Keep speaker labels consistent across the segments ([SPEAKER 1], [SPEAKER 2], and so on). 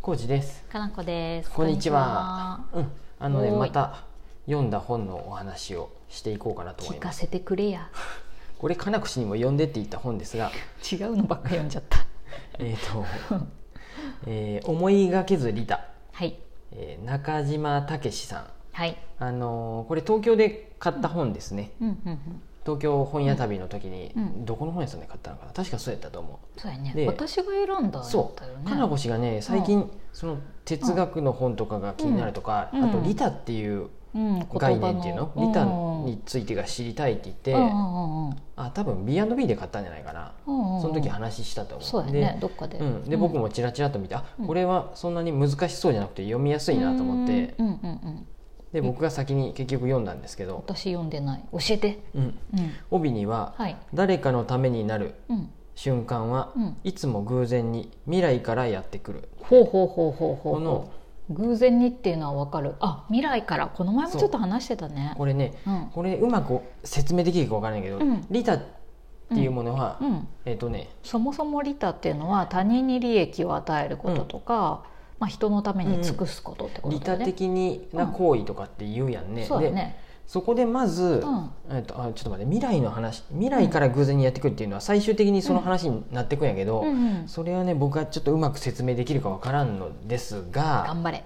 [SPEAKER 1] コージです。
[SPEAKER 2] かなこです。
[SPEAKER 1] こんにちは。うん、あのね、
[SPEAKER 2] おーい
[SPEAKER 1] また読んだ本のお話をしていこうかなと
[SPEAKER 2] こ
[SPEAKER 1] 思
[SPEAKER 2] んに
[SPEAKER 1] い
[SPEAKER 2] ちは。聞か
[SPEAKER 1] ます。
[SPEAKER 2] せてくれや。
[SPEAKER 1] これかなこ氏にも読んでって言った本ですが、
[SPEAKER 2] 違うのばっか読んじゃった。
[SPEAKER 1] えっ、と、 えー思いがけずリタ、
[SPEAKER 2] はい。
[SPEAKER 1] えー中島武史さん。
[SPEAKER 2] はい。
[SPEAKER 1] あのーこれ東京で買った本ですね。
[SPEAKER 2] うんうんうん。
[SPEAKER 1] 東京本屋旅の時に、
[SPEAKER 2] うん
[SPEAKER 1] どこの本屋さんで買ったのかな。確かそうやったと思う。
[SPEAKER 2] そうやね。
[SPEAKER 1] で
[SPEAKER 2] 私が選んだんや
[SPEAKER 1] そ
[SPEAKER 2] ったよ
[SPEAKER 1] う、
[SPEAKER 2] ね。
[SPEAKER 1] かなこ氏がね最近、その哲学の本とかが気になるとか、
[SPEAKER 2] うん
[SPEAKER 1] あと
[SPEAKER 2] うん
[SPEAKER 1] リタっていう
[SPEAKER 2] うん、言葉の
[SPEAKER 1] 概念っていうのリタについてが知りたいって言って、あ多分 B&B で買ったんじゃないかな、そ
[SPEAKER 2] そ
[SPEAKER 1] の時話したと思う
[SPEAKER 2] そうやね。どっかで。
[SPEAKER 1] で,、うん、で僕もちらちらと見て、あこれはそんなに難しそうじゃなくて読みやすいなと思って、
[SPEAKER 2] うんうんうん。
[SPEAKER 1] で僕が先に結局読んだんですけど、
[SPEAKER 2] 私読んでない。教えて。
[SPEAKER 1] うん、
[SPEAKER 2] うん。
[SPEAKER 1] 帯には、
[SPEAKER 2] はい。
[SPEAKER 1] 誰かのためになる
[SPEAKER 2] うん。
[SPEAKER 1] 瞬間は、
[SPEAKER 2] うん
[SPEAKER 1] いつも偶然に未来からやってくる」
[SPEAKER 2] ほうほうほうほうほう。
[SPEAKER 1] この
[SPEAKER 2] 偶然にっていうのはわかる。あ、未来から。この前もちょっと話してたね。
[SPEAKER 1] これね
[SPEAKER 2] うん。
[SPEAKER 1] これうまく説明できるか分からないけど、
[SPEAKER 2] うん
[SPEAKER 1] リタっていうものは、
[SPEAKER 2] うん。
[SPEAKER 1] えっ、とね
[SPEAKER 2] そもそも利他っていうのは他人に利益を与えることとか、まあ、人のために尽くすことってこと
[SPEAKER 1] 利
[SPEAKER 2] だ
[SPEAKER 1] 他
[SPEAKER 2] よね。
[SPEAKER 1] 的にな行為とかって言うやんね,、
[SPEAKER 2] そうだ
[SPEAKER 1] で
[SPEAKER 2] ね。
[SPEAKER 1] そこでまず、
[SPEAKER 2] ん
[SPEAKER 1] えっとあちょっと待って未来の話未来から偶然にやってくるっていうのは最終的にその話になってくんやけど、
[SPEAKER 2] うんうん
[SPEAKER 1] それはね僕はちょっとうまく説明できるか分からんのですが
[SPEAKER 2] 頑張れ。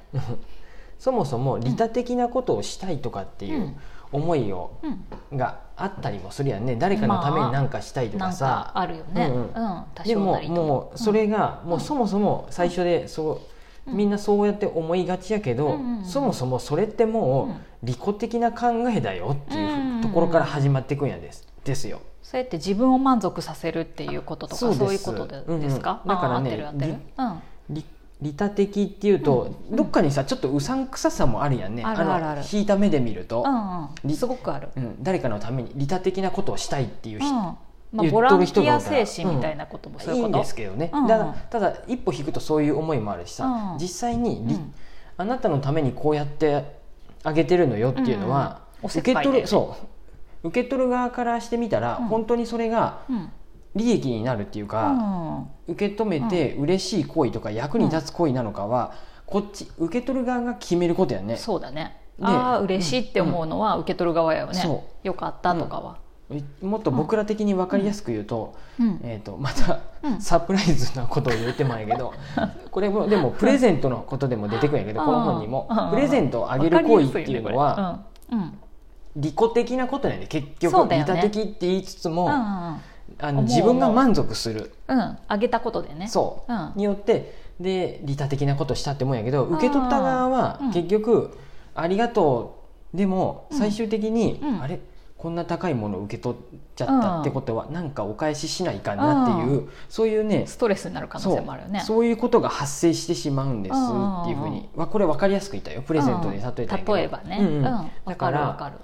[SPEAKER 1] そもそも利他的なことをしたいとかっていう思いを、
[SPEAKER 2] うん。
[SPEAKER 1] があったりもするやんね誰かのために何かしたいと
[SPEAKER 2] な
[SPEAKER 1] か
[SPEAKER 2] ん
[SPEAKER 1] さ。
[SPEAKER 2] かあるよね。
[SPEAKER 1] う
[SPEAKER 2] うんん、
[SPEAKER 1] う
[SPEAKER 2] うんん多
[SPEAKER 1] で
[SPEAKER 2] 少な
[SPEAKER 1] も
[SPEAKER 2] りと
[SPEAKER 1] もうそれがもうそもそも最初でそう、みんなそうやって思いがちやけど、
[SPEAKER 2] うんうんうん
[SPEAKER 1] そもそもそれっても
[SPEAKER 2] うん
[SPEAKER 1] う利己的な考えだよって
[SPEAKER 2] うんうん
[SPEAKER 1] いううんところから始まっていくんやです。ですよ。
[SPEAKER 2] そうやって自分を満足させるっていうこととか
[SPEAKER 1] そ
[SPEAKER 2] そうう
[SPEAKER 1] です
[SPEAKER 2] いうことで
[SPEAKER 1] うんうん
[SPEAKER 2] ですか、
[SPEAKER 1] だからね
[SPEAKER 2] あ合ってる合って
[SPEAKER 1] 利利他的っていうと、どっかにさちょっとうさんくささもあるやんね。
[SPEAKER 2] あるあるある
[SPEAKER 1] の引いた目で見ると
[SPEAKER 2] るう、んうんうん
[SPEAKER 1] り
[SPEAKER 2] すごくある、
[SPEAKER 1] うん誰かのために利他的なことをしたいっていう
[SPEAKER 2] うん
[SPEAKER 1] 人
[SPEAKER 2] まあ
[SPEAKER 1] 言、っ
[SPEAKER 2] ボラ
[SPEAKER 1] とる
[SPEAKER 2] ンテ
[SPEAKER 1] 人が
[SPEAKER 2] ィ
[SPEAKER 1] 多い
[SPEAKER 2] ア
[SPEAKER 1] から
[SPEAKER 2] 精神みたいなこともそう
[SPEAKER 1] い
[SPEAKER 2] いう
[SPEAKER 1] い
[SPEAKER 2] こ
[SPEAKER 1] ん
[SPEAKER 2] と、
[SPEAKER 1] ですけどね、
[SPEAKER 2] うんうん
[SPEAKER 1] だただ一歩引くとそういう思いもあるしさ、
[SPEAKER 2] うん
[SPEAKER 1] 実際にり、
[SPEAKER 2] うん
[SPEAKER 1] あなたのためにこうやってあげてるのよっていうのは、
[SPEAKER 2] うんおせっ
[SPEAKER 1] 受
[SPEAKER 2] かい
[SPEAKER 1] け
[SPEAKER 2] だ
[SPEAKER 1] 取
[SPEAKER 2] よね
[SPEAKER 1] るそう受け取る側からしてみたら、
[SPEAKER 2] うん
[SPEAKER 1] 本当にそれが
[SPEAKER 2] うん
[SPEAKER 1] 利益になるっていうか、受け止めて嬉しい行為とか役に立つ行為なのかは、こっち受け取る側が決めることや
[SPEAKER 2] う
[SPEAKER 1] ね
[SPEAKER 2] ん、そうだね
[SPEAKER 1] で
[SPEAKER 2] ああ嬉しいって思うのは受け取る側やよね、
[SPEAKER 1] そ
[SPEAKER 2] よかったとかは、
[SPEAKER 1] もっと僕ら的に分かりやすく言うと,、
[SPEAKER 2] うん
[SPEAKER 1] えー、とまた
[SPEAKER 2] うん
[SPEAKER 1] サプライズなことを言ってもんやけ どこれもでもプレゼントのことでも出てくるんやけどこの本にも
[SPEAKER 2] うん
[SPEAKER 1] プレゼントをあげる行為っていうのは
[SPEAKER 2] うんうん
[SPEAKER 1] 利己的なことなんで結局
[SPEAKER 2] そうだ
[SPEAKER 1] 利
[SPEAKER 2] よね
[SPEAKER 1] 他的って言いつつも、
[SPEAKER 2] うん
[SPEAKER 1] あの
[SPEAKER 2] 思う
[SPEAKER 1] 自分が満足する
[SPEAKER 2] うんあげたことでね
[SPEAKER 1] そう、
[SPEAKER 2] うん
[SPEAKER 1] によってで利他的なことしたって思うんやけど受け取った側は
[SPEAKER 2] うん
[SPEAKER 1] 結局ありがとうでも
[SPEAKER 2] うん
[SPEAKER 1] 最終的に、
[SPEAKER 2] うん
[SPEAKER 1] あれこんな高いものを受け取っちゃったってことは、なんかお返ししないかなっていう、そういうね
[SPEAKER 2] ストレスになる可能性もあるよね
[SPEAKER 1] そうそういうことが発生してしまうんですっていうふう
[SPEAKER 2] うんうん
[SPEAKER 1] に、わこれ分かりやすく言ったよプレゼントで例えたんやけど、
[SPEAKER 2] 例えばね、
[SPEAKER 1] う
[SPEAKER 2] うんん
[SPEAKER 1] うんだ
[SPEAKER 2] わ
[SPEAKER 1] か
[SPEAKER 2] からるわかる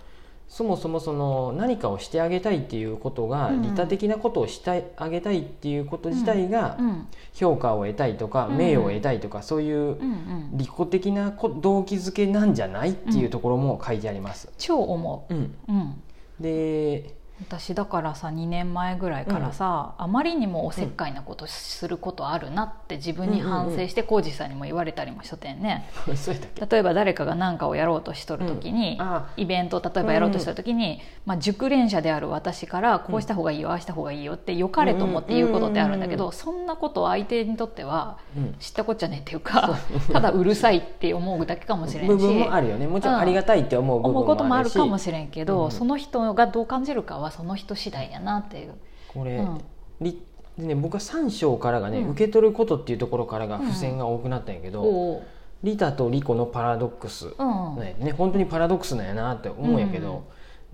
[SPEAKER 1] そもそもその何かをしてあげたいっていうことが、
[SPEAKER 2] うん
[SPEAKER 1] 利他的なことをしてあげたいっていうこと自体が
[SPEAKER 2] うんうん
[SPEAKER 1] 評価を得たいとか、
[SPEAKER 2] うん
[SPEAKER 1] 名誉を得たいとかそういう
[SPEAKER 2] うん
[SPEAKER 1] 利己的なこ動機づけなんじゃないっていうところも書いてあります。
[SPEAKER 2] 超思
[SPEAKER 1] うん、
[SPEAKER 2] う、うん、
[SPEAKER 1] で
[SPEAKER 2] 私だからさ2年前ぐらいからさ、あまりにもおせっかいなことすることあるなって自分に反省して浩二、さんにも言われたりもしたよね、
[SPEAKER 1] そうやったっけ
[SPEAKER 2] 例えば誰かが何かをやろうとしとる時に、
[SPEAKER 1] うんああ
[SPEAKER 2] イベントを例えばやろうとした時に、まあ、熟練者である私からこうした方がいいよ、ああした方がいいよってよかれと思って言うことってあるんだけど、
[SPEAKER 1] うん
[SPEAKER 2] そんなことを相手にとっては
[SPEAKER 1] うん
[SPEAKER 2] 知ったこっちゃねえっていうか ただうるさいって思うだけかもしれ
[SPEAKER 1] 部
[SPEAKER 2] んし
[SPEAKER 1] 分もあるよねもちろんありがたいって思う部分もあ
[SPEAKER 2] 思
[SPEAKER 1] る
[SPEAKER 2] う
[SPEAKER 1] し
[SPEAKER 2] こともあるかもしれんけど、
[SPEAKER 1] うん
[SPEAKER 2] その人がどう感じるかはその人次第やなっていう。
[SPEAKER 1] これ、
[SPEAKER 2] うん
[SPEAKER 1] りでね僕は3章からがね、
[SPEAKER 2] うん
[SPEAKER 1] 受け取ることっていうところからが付箋が多くなったんやけど、
[SPEAKER 2] おう
[SPEAKER 1] リタとリコのパラドックス、
[SPEAKER 2] うん
[SPEAKER 1] ねね本当にパラドックスなんやなって思うんやけど、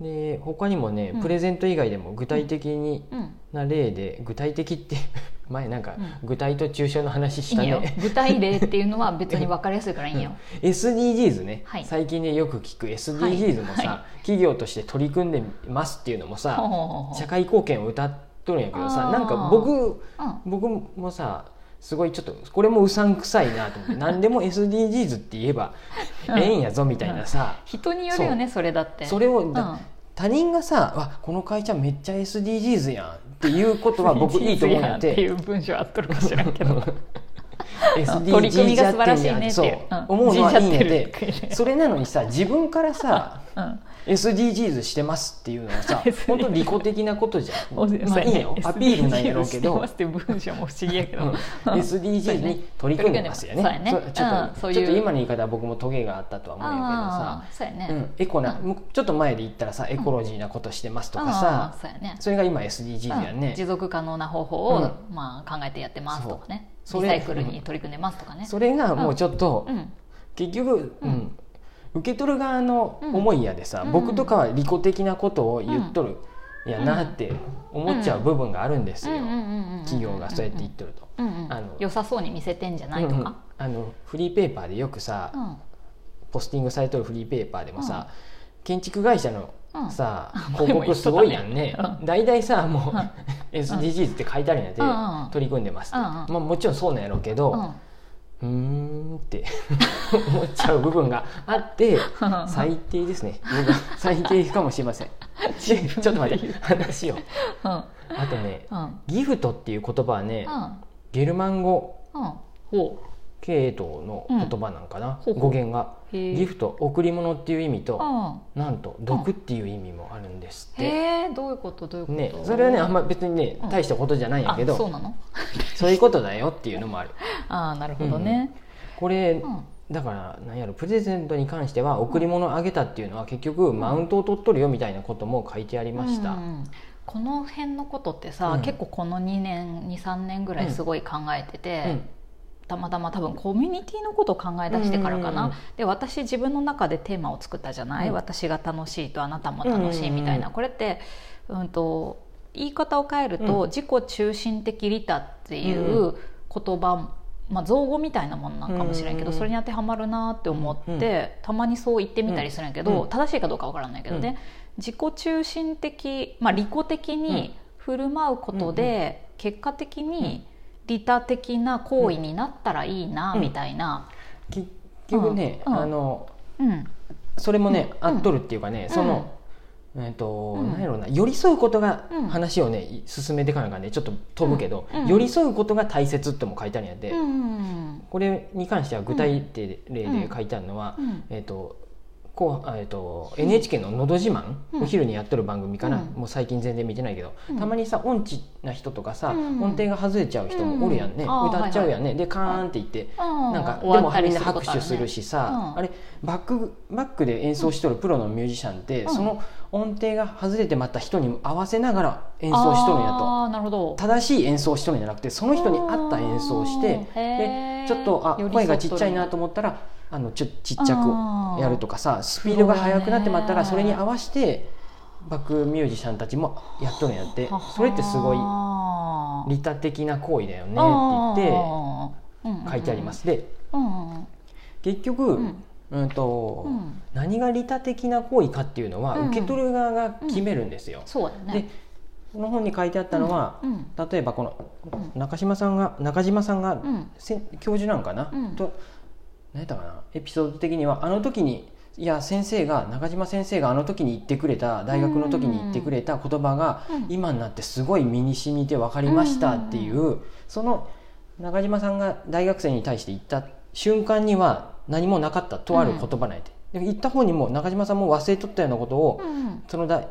[SPEAKER 1] で他にもね
[SPEAKER 2] うん
[SPEAKER 1] プレゼント以外でも具体的に
[SPEAKER 2] うん
[SPEAKER 1] な例で、具体的って 前なんか
[SPEAKER 2] う
[SPEAKER 1] 具体と抽象の話
[SPEAKER 2] い
[SPEAKER 1] し
[SPEAKER 2] い
[SPEAKER 1] た
[SPEAKER 2] よ
[SPEAKER 1] ね。
[SPEAKER 2] 具体例っていうのは別に分かりやすいからいいよ。
[SPEAKER 1] SDGs ね、
[SPEAKER 2] はい
[SPEAKER 1] 最近ねよく聞く SDGs もさ、
[SPEAKER 2] はいは
[SPEAKER 1] 企業として取り組んでますっていうのもさ、
[SPEAKER 2] ほうほうほうほう
[SPEAKER 1] 社会貢献を歌っとるんやけどさ
[SPEAKER 2] あー
[SPEAKER 1] なんか僕
[SPEAKER 2] うん
[SPEAKER 1] 僕もさすごいちょっとこれもうさんくさいなと思って何でも SDGs って言えばええんやぞみたいなさ
[SPEAKER 2] 人によるよねそれだって。
[SPEAKER 1] それを
[SPEAKER 2] うん
[SPEAKER 1] だ他人がさ「わこの会社めっちゃ SDGs やん」っていうことは僕いいと思うんやっ
[SPEAKER 2] SDGs やんって
[SPEAKER 1] て
[SPEAKER 2] いう文章あっとるかしらんけど
[SPEAKER 1] SDGs
[SPEAKER 2] 取り組みが素晴らしいねって
[SPEAKER 1] そ
[SPEAKER 2] いうう、うん
[SPEAKER 1] 思うのはいいねで
[SPEAKER 2] G-Chat
[SPEAKER 1] それなのにさ自分からさ
[SPEAKER 2] うん
[SPEAKER 1] SDGs してますっていうのは さ
[SPEAKER 2] SDGs
[SPEAKER 1] 本当利己的なことじゃん、まあ、いいよアピールなんやろうけ
[SPEAKER 2] SDGs して
[SPEAKER 1] ど
[SPEAKER 2] ますって文章も不思議やけ
[SPEAKER 1] う
[SPEAKER 2] ど
[SPEAKER 1] ん、SDGs に取り組んでますよね
[SPEAKER 2] そうやね
[SPEAKER 1] そうちょっと
[SPEAKER 2] うんそういう
[SPEAKER 1] ちょっと今の言い方は僕もトゲがあったとは思うんやけどさ
[SPEAKER 2] ああそうやね、
[SPEAKER 1] うん、エコな、
[SPEAKER 2] う
[SPEAKER 1] むちょっと前で言ったらさエコロジーなことしてますとか
[SPEAKER 2] あ
[SPEAKER 1] さ
[SPEAKER 2] あ、そうやね
[SPEAKER 1] それが今 SDGs や
[SPEAKER 2] うん
[SPEAKER 1] ね、
[SPEAKER 2] 持続可能な方法を、
[SPEAKER 1] う
[SPEAKER 2] まあ、考えてやってますとかね
[SPEAKER 1] そう
[SPEAKER 2] リ
[SPEAKER 1] そ
[SPEAKER 2] サ
[SPEAKER 1] れ
[SPEAKER 2] イクルに取り組んでますとかね
[SPEAKER 1] それがもうちょっと、
[SPEAKER 2] うん
[SPEAKER 1] 結局、
[SPEAKER 2] う
[SPEAKER 1] うんん受け取る側の思いやでさ、
[SPEAKER 2] うん
[SPEAKER 1] 僕とかは利己的なことを言っとるやなって思っちゃう部分があるんですよ、企業がそうやって言っとると。
[SPEAKER 2] うんうん
[SPEAKER 1] あの
[SPEAKER 2] 良さそうに見せてんじゃないと
[SPEAKER 1] うんうん
[SPEAKER 2] か、
[SPEAKER 1] あのフリーペーパーでよくさ、
[SPEAKER 2] うん
[SPEAKER 1] ポスティングされとるフリーペーパーでもさ、建築会社の
[SPEAKER 2] うん
[SPEAKER 1] さ、
[SPEAKER 2] うん
[SPEAKER 1] 広告すごいやんね
[SPEAKER 2] 前も言っとったね
[SPEAKER 1] 大体さもう、
[SPEAKER 2] うん
[SPEAKER 1] SDGs って書いてあるんやで、
[SPEAKER 2] うんうん
[SPEAKER 1] 取り組んでますって、
[SPEAKER 2] うんうん
[SPEAKER 1] まあ、もちろんそうなんやろうけど、
[SPEAKER 2] うん
[SPEAKER 1] うーんって 思っちゃう部分があって最低ですね僕は最低かもしれません で ちょっと待って話を
[SPEAKER 2] うん
[SPEAKER 1] あとね
[SPEAKER 2] うん
[SPEAKER 1] ギフトっていう言葉はね
[SPEAKER 2] うん
[SPEAKER 1] ゲルマン語
[SPEAKER 2] うんほ
[SPEAKER 1] 系統の言葉なんかな、
[SPEAKER 2] うん
[SPEAKER 1] 語源が
[SPEAKER 2] うへえ
[SPEAKER 1] ギフト贈り物っていう意味と、
[SPEAKER 2] うん
[SPEAKER 1] なんと毒っていう意味もあるんですって、
[SPEAKER 2] へえどういうことどういうこと、
[SPEAKER 1] ね、それはねあんま別にね
[SPEAKER 2] うん
[SPEAKER 1] 大したことじゃないんやけど、
[SPEAKER 2] あそうなの
[SPEAKER 1] そういうことだよっていうのもある
[SPEAKER 2] ああなるほどね、
[SPEAKER 1] これ、
[SPEAKER 2] うん
[SPEAKER 1] だからなんやろプレゼントに関しては贈り物をあげたっていうのは結局マウントを取っとるよみたいなことも書いてありました、
[SPEAKER 2] うんうんこの辺のことってさ、
[SPEAKER 1] うん
[SPEAKER 2] 結構この2年23年ぐらいすごい考えてて、
[SPEAKER 1] うん
[SPEAKER 2] たまたま多分コミュニティのことを考え出してからかな、
[SPEAKER 1] うんうんうん
[SPEAKER 2] で私自分の中でテーマを作ったじゃない、
[SPEAKER 1] うん
[SPEAKER 2] 私が楽しいとあなたも楽しいみたい
[SPEAKER 1] うん
[SPEAKER 2] な、
[SPEAKER 1] うんうん
[SPEAKER 2] これって、うん、と言い方を変えると、
[SPEAKER 1] うん
[SPEAKER 2] 自己中心的利他っていうう言葉、まあ、造語みたいなもんなんかもしれんけ
[SPEAKER 1] うんう
[SPEAKER 2] ど、
[SPEAKER 1] んうん
[SPEAKER 2] それに当てはまるなって思って、
[SPEAKER 1] うんう
[SPEAKER 2] たまにそう言ってみたりするんやけど、
[SPEAKER 1] うん
[SPEAKER 2] 正しいかどうかわからないけどね、
[SPEAKER 1] うん
[SPEAKER 2] 自己中心的、まあ、利己的に振る舞うことで、結果的に利他的な行為になったらいいな、
[SPEAKER 1] うん
[SPEAKER 2] みたいな、
[SPEAKER 1] 結局ね、
[SPEAKER 2] うんうん
[SPEAKER 1] あの
[SPEAKER 2] うん、
[SPEAKER 1] それもね、
[SPEAKER 2] うん
[SPEAKER 1] あっとるっていうかね、
[SPEAKER 2] うん
[SPEAKER 1] その、えっと
[SPEAKER 2] うん
[SPEAKER 1] なんやろな寄り添うことが
[SPEAKER 2] うん
[SPEAKER 1] 話をね進めていかながねちょっと飛ぶけど、
[SPEAKER 2] うんうん
[SPEAKER 1] 寄り添うことが大切っても書いてあるんやで、
[SPEAKER 2] うん
[SPEAKER 1] これに関しては具体例で
[SPEAKER 2] うん
[SPEAKER 1] 書いてあるのは、
[SPEAKER 2] うん
[SPEAKER 1] えっ、とこうあえっと NHK の「のど自慢」
[SPEAKER 2] うん
[SPEAKER 1] お昼にやっとる番組かな、
[SPEAKER 2] うん
[SPEAKER 1] もう最近全然見てないけど、
[SPEAKER 2] うん
[SPEAKER 1] たまにさ音痴な人とかさ、
[SPEAKER 2] うん
[SPEAKER 1] 音程が外れちゃう人もおるやんね、
[SPEAKER 2] うんあー
[SPEAKER 1] 歌っちゃうやんね、でカーンって言って、なんかでもみんな拍手する、しさ、
[SPEAKER 2] うん
[SPEAKER 1] あれバックバックで演奏しとるプロのミュージシャンって、
[SPEAKER 2] うん
[SPEAKER 1] その音程が外れてまた人にも合わせながら演
[SPEAKER 2] 終
[SPEAKER 1] 奏
[SPEAKER 2] わ
[SPEAKER 1] し
[SPEAKER 2] った
[SPEAKER 1] とる
[SPEAKER 2] り
[SPEAKER 1] ん
[SPEAKER 2] する
[SPEAKER 1] や
[SPEAKER 2] こと
[SPEAKER 1] と。
[SPEAKER 2] あるねあーなるほど
[SPEAKER 1] 正しい演奏をしとるんじゃなくてその人に合った演奏をして
[SPEAKER 2] あーへー
[SPEAKER 1] でちょっとあ
[SPEAKER 2] 寄り添
[SPEAKER 1] 声
[SPEAKER 2] っとる
[SPEAKER 1] がちっちゃいなと思ったらあのちょっとちっちゃくやるとかさスピードが速くなってまったら
[SPEAKER 2] す
[SPEAKER 1] そ
[SPEAKER 2] ごい
[SPEAKER 1] れ
[SPEAKER 2] ね
[SPEAKER 1] に合わせてバックミュージシャンたちもやっとるんやって
[SPEAKER 2] はは
[SPEAKER 1] それってすごい
[SPEAKER 2] あー
[SPEAKER 1] 利他的な行為だよねって言
[SPEAKER 2] うんうん
[SPEAKER 1] って書いてあります。で
[SPEAKER 2] うんうん
[SPEAKER 1] 結局、
[SPEAKER 2] うん
[SPEAKER 1] うんと
[SPEAKER 2] うん
[SPEAKER 1] 何が利他的な行為かっていうのは
[SPEAKER 2] うん
[SPEAKER 1] 受け取る側が決めるんですよ。
[SPEAKER 2] そうだね
[SPEAKER 1] でこの本に書いてあったのは、
[SPEAKER 2] うんうん
[SPEAKER 1] 例えばこの中島さんが中島さんが
[SPEAKER 2] うん
[SPEAKER 1] せん教授なんかな、
[SPEAKER 2] うん
[SPEAKER 1] と何やったかなエピソード的にはあの時にいや先生が中島先生があの時に言ってくれた大学の時に言ってくれた言葉が、
[SPEAKER 2] うん
[SPEAKER 1] 今になってすごい身に染みて分かりましたっていう、その中島さんが大学生に対して言った瞬間には何もなかったとある言葉なんやて、で言った方にも中島さんも忘れとったようなことを、
[SPEAKER 2] うん
[SPEAKER 1] そのだ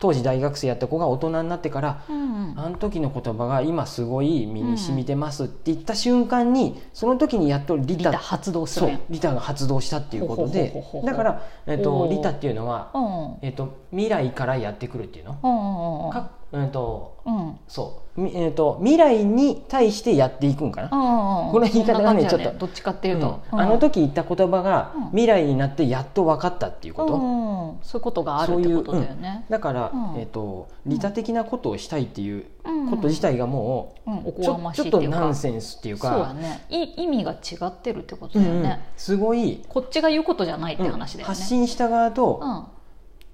[SPEAKER 1] 当時大学生やった子が大人になってから
[SPEAKER 2] うんうん
[SPEAKER 1] あの時の言葉が今すごい身に染みてますって言った瞬間にその時にやっとリ
[SPEAKER 2] リ
[SPEAKER 1] タ
[SPEAKER 2] タ発動す
[SPEAKER 1] そ
[SPEAKER 2] る
[SPEAKER 1] うん
[SPEAKER 2] や
[SPEAKER 1] リタが発動したっていうことで
[SPEAKER 2] ほほほほほ
[SPEAKER 1] だから、えっ
[SPEAKER 2] お
[SPEAKER 1] と
[SPEAKER 2] ー
[SPEAKER 1] リタっていうのは、
[SPEAKER 2] うん
[SPEAKER 1] えっと未来からやってくるっていうの
[SPEAKER 2] うんうんうん
[SPEAKER 1] か、えっと
[SPEAKER 2] うんうん
[SPEAKER 1] そう、みえっと未来に対してやっていくんかな、
[SPEAKER 2] うんうん
[SPEAKER 1] この言い方がね
[SPEAKER 2] そんな感じや
[SPEAKER 1] ちょっと
[SPEAKER 2] どっちかっていううんと
[SPEAKER 1] あの時言った言葉が
[SPEAKER 2] うん
[SPEAKER 1] 未来になってやっと分かったっていうこと、
[SPEAKER 2] うんうんそういうことがあるってことだよね
[SPEAKER 1] だから、
[SPEAKER 2] うん
[SPEAKER 1] えっと利他的なことをしたいっていう
[SPEAKER 2] うん
[SPEAKER 1] こと自体がも
[SPEAKER 2] うんお
[SPEAKER 1] う、
[SPEAKER 2] こ
[SPEAKER 1] ち
[SPEAKER 2] が
[SPEAKER 1] ょ
[SPEAKER 2] ま
[SPEAKER 1] ち
[SPEAKER 2] し
[SPEAKER 1] ょ
[SPEAKER 2] い
[SPEAKER 1] っ
[SPEAKER 2] って
[SPEAKER 1] と
[SPEAKER 2] いう
[SPEAKER 1] ナ
[SPEAKER 2] か
[SPEAKER 1] ンセンスっていう
[SPEAKER 2] そう
[SPEAKER 1] か
[SPEAKER 2] だねい意味が違ってるってこと
[SPEAKER 1] う
[SPEAKER 2] だ
[SPEAKER 1] ん
[SPEAKER 2] よ
[SPEAKER 1] うん
[SPEAKER 2] ね
[SPEAKER 1] すごい、
[SPEAKER 2] こっちが言うことじゃないって
[SPEAKER 1] うん
[SPEAKER 2] 話だよね
[SPEAKER 1] 発信した側
[SPEAKER 2] う
[SPEAKER 1] と
[SPEAKER 2] ん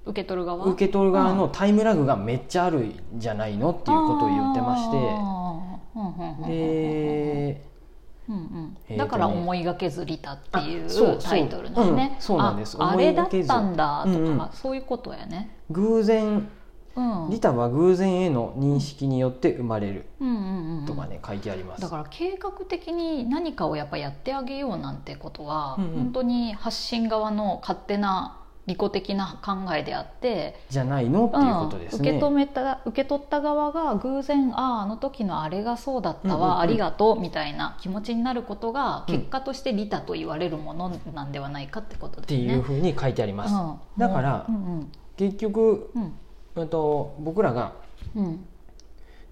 [SPEAKER 2] 受け取る側
[SPEAKER 1] 受け取る側のタイムラグがめっちゃあるんじゃないのっていうことを言ってまし
[SPEAKER 2] して
[SPEAKER 1] で
[SPEAKER 2] うんうん
[SPEAKER 1] えーとね
[SPEAKER 2] だから「思いがけずリタ」ってい
[SPEAKER 1] あそう
[SPEAKER 2] う
[SPEAKER 1] そう
[SPEAKER 2] タイトルなんね
[SPEAKER 1] うんそうなんです
[SPEAKER 2] ああ
[SPEAKER 1] 思い
[SPEAKER 2] れだ
[SPEAKER 1] が
[SPEAKER 2] っ
[SPEAKER 1] けず
[SPEAKER 2] たんだと
[SPEAKER 1] うんう
[SPEAKER 2] か
[SPEAKER 1] ん
[SPEAKER 2] そういうことやね
[SPEAKER 1] 偶然
[SPEAKER 2] うん、
[SPEAKER 1] 利他は偶然への認識によって生まれる
[SPEAKER 2] うんうんうんうん
[SPEAKER 1] とかね書いてあります
[SPEAKER 2] だから計画的に何かをやっぱやってあげようなんてことは、
[SPEAKER 1] うんうん
[SPEAKER 2] 本当に発信側の勝手な利己的な考えであって、
[SPEAKER 1] じゃないのっていうことですね
[SPEAKER 2] うん受け止めた受け取った側が偶然あああの時のあれがそうだったわ、
[SPEAKER 1] うんうんうん
[SPEAKER 2] ありがとうみたいな気持ちになることが結果として利他と言われるものなんではないかってこと
[SPEAKER 1] っ
[SPEAKER 2] です
[SPEAKER 1] て
[SPEAKER 2] ね。
[SPEAKER 1] いうふうに書いてあります、
[SPEAKER 2] うん
[SPEAKER 1] だから
[SPEAKER 2] うんうん
[SPEAKER 1] 結局、
[SPEAKER 2] うん
[SPEAKER 1] うん、と僕らが
[SPEAKER 2] うん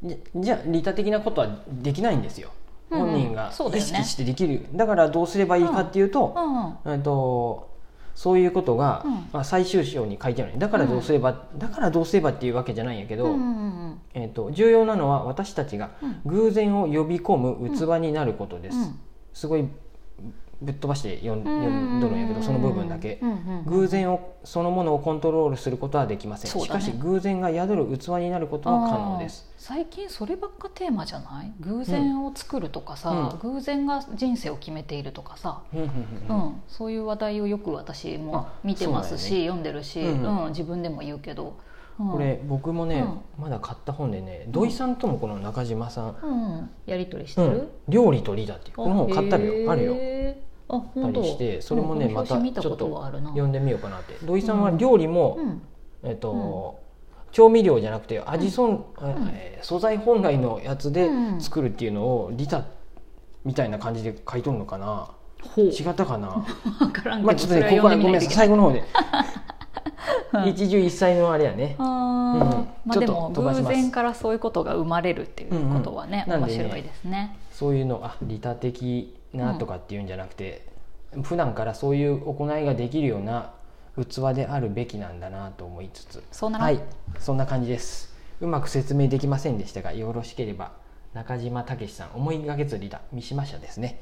[SPEAKER 1] じゃじゃあ利他的なことはできないんですよ、
[SPEAKER 2] うんうん
[SPEAKER 1] 本人が
[SPEAKER 2] そうだ
[SPEAKER 1] 意
[SPEAKER 2] よね
[SPEAKER 1] 識してできるだからどうすればいいかっていうと,、
[SPEAKER 2] うん
[SPEAKER 1] うんとそういうことが、
[SPEAKER 2] うん
[SPEAKER 1] まあ、最終章に書いてあるだからどうすれば、だからどうすればっていうわけじゃないんやけど、
[SPEAKER 2] うんうんうん
[SPEAKER 1] えー、と重要なのは私たちが
[SPEAKER 2] うん
[SPEAKER 1] 偶然を呼び込む器になることです、すごいぶっ飛ばして読ん読んどるんやけどその部分だけ、
[SPEAKER 2] うんうんうん
[SPEAKER 1] 偶然をそのものをコントロールすることはできません、
[SPEAKER 2] そう
[SPEAKER 1] しか
[SPEAKER 2] だね
[SPEAKER 1] し偶然が宿る器になることは可能です
[SPEAKER 2] あー最近そればっかテーマじゃない偶然を作るとかさ、偶然が人生を決めているとかさ、
[SPEAKER 1] うんうん
[SPEAKER 2] う
[SPEAKER 1] うんん
[SPEAKER 2] そういう話題をよく私も
[SPEAKER 1] あ
[SPEAKER 2] 見てますし、
[SPEAKER 1] そうだ
[SPEAKER 2] 読んでるし、
[SPEAKER 1] う
[SPEAKER 2] うんん自分でも言うけど、うん
[SPEAKER 1] これ僕もね、
[SPEAKER 2] う
[SPEAKER 1] まだ買った本でね土井さんともこの中島さん、
[SPEAKER 2] うん、やり取りし
[SPEAKER 1] う
[SPEAKER 2] て
[SPEAKER 1] ん
[SPEAKER 2] る、
[SPEAKER 1] 料理とリーダーっていうこの本買ったの
[SPEAKER 2] へ
[SPEAKER 1] よ
[SPEAKER 2] ー
[SPEAKER 1] あるよ
[SPEAKER 2] あ本
[SPEAKER 1] た
[SPEAKER 2] 当
[SPEAKER 1] りしてそれもね
[SPEAKER 2] うんこの
[SPEAKER 1] ま
[SPEAKER 2] 表
[SPEAKER 1] た
[SPEAKER 2] 紙見たことはあるな
[SPEAKER 1] 読んでみようかなって土井さんは料理も、
[SPEAKER 2] うん
[SPEAKER 1] えっと、調味料じゃなくて味そ、ん
[SPEAKER 2] ん
[SPEAKER 1] えー素材本来のやつで
[SPEAKER 2] うん
[SPEAKER 1] 作るっていうのをリタみたいな感じで書いとるのかな、
[SPEAKER 2] ほ う
[SPEAKER 1] 違ったかな
[SPEAKER 2] 分からんけど、
[SPEAKER 1] まあちょっとね、ここ
[SPEAKER 2] それ
[SPEAKER 1] は
[SPEAKER 2] は
[SPEAKER 1] ごめんな
[SPEAKER 2] 読
[SPEAKER 1] さ
[SPEAKER 2] でみ
[SPEAKER 1] い、
[SPEAKER 2] き
[SPEAKER 1] 最後の方 で。
[SPEAKER 2] うん
[SPEAKER 1] 一汁一菜のあれやね。
[SPEAKER 2] あー
[SPEAKER 1] うん
[SPEAKER 2] ま
[SPEAKER 1] ちょ
[SPEAKER 2] あ
[SPEAKER 1] っと
[SPEAKER 2] でも
[SPEAKER 1] 飛ばし
[SPEAKER 2] 偶
[SPEAKER 1] ます
[SPEAKER 2] 然からそういうことが生まれるっていうことはね、
[SPEAKER 1] うんうんなん
[SPEAKER 2] 面
[SPEAKER 1] でね
[SPEAKER 2] 白いですね。
[SPEAKER 1] そういうの、あ、利他的なとかっていうんじゃなくて、普段からそういう行いができるような器であるべきなんだなと思いつつ。
[SPEAKER 2] そうなら、
[SPEAKER 1] はい、そんな感じです。うまく説明できませんでしたが、よろしければ中島武さん、思いがけず利他、三島社ですね。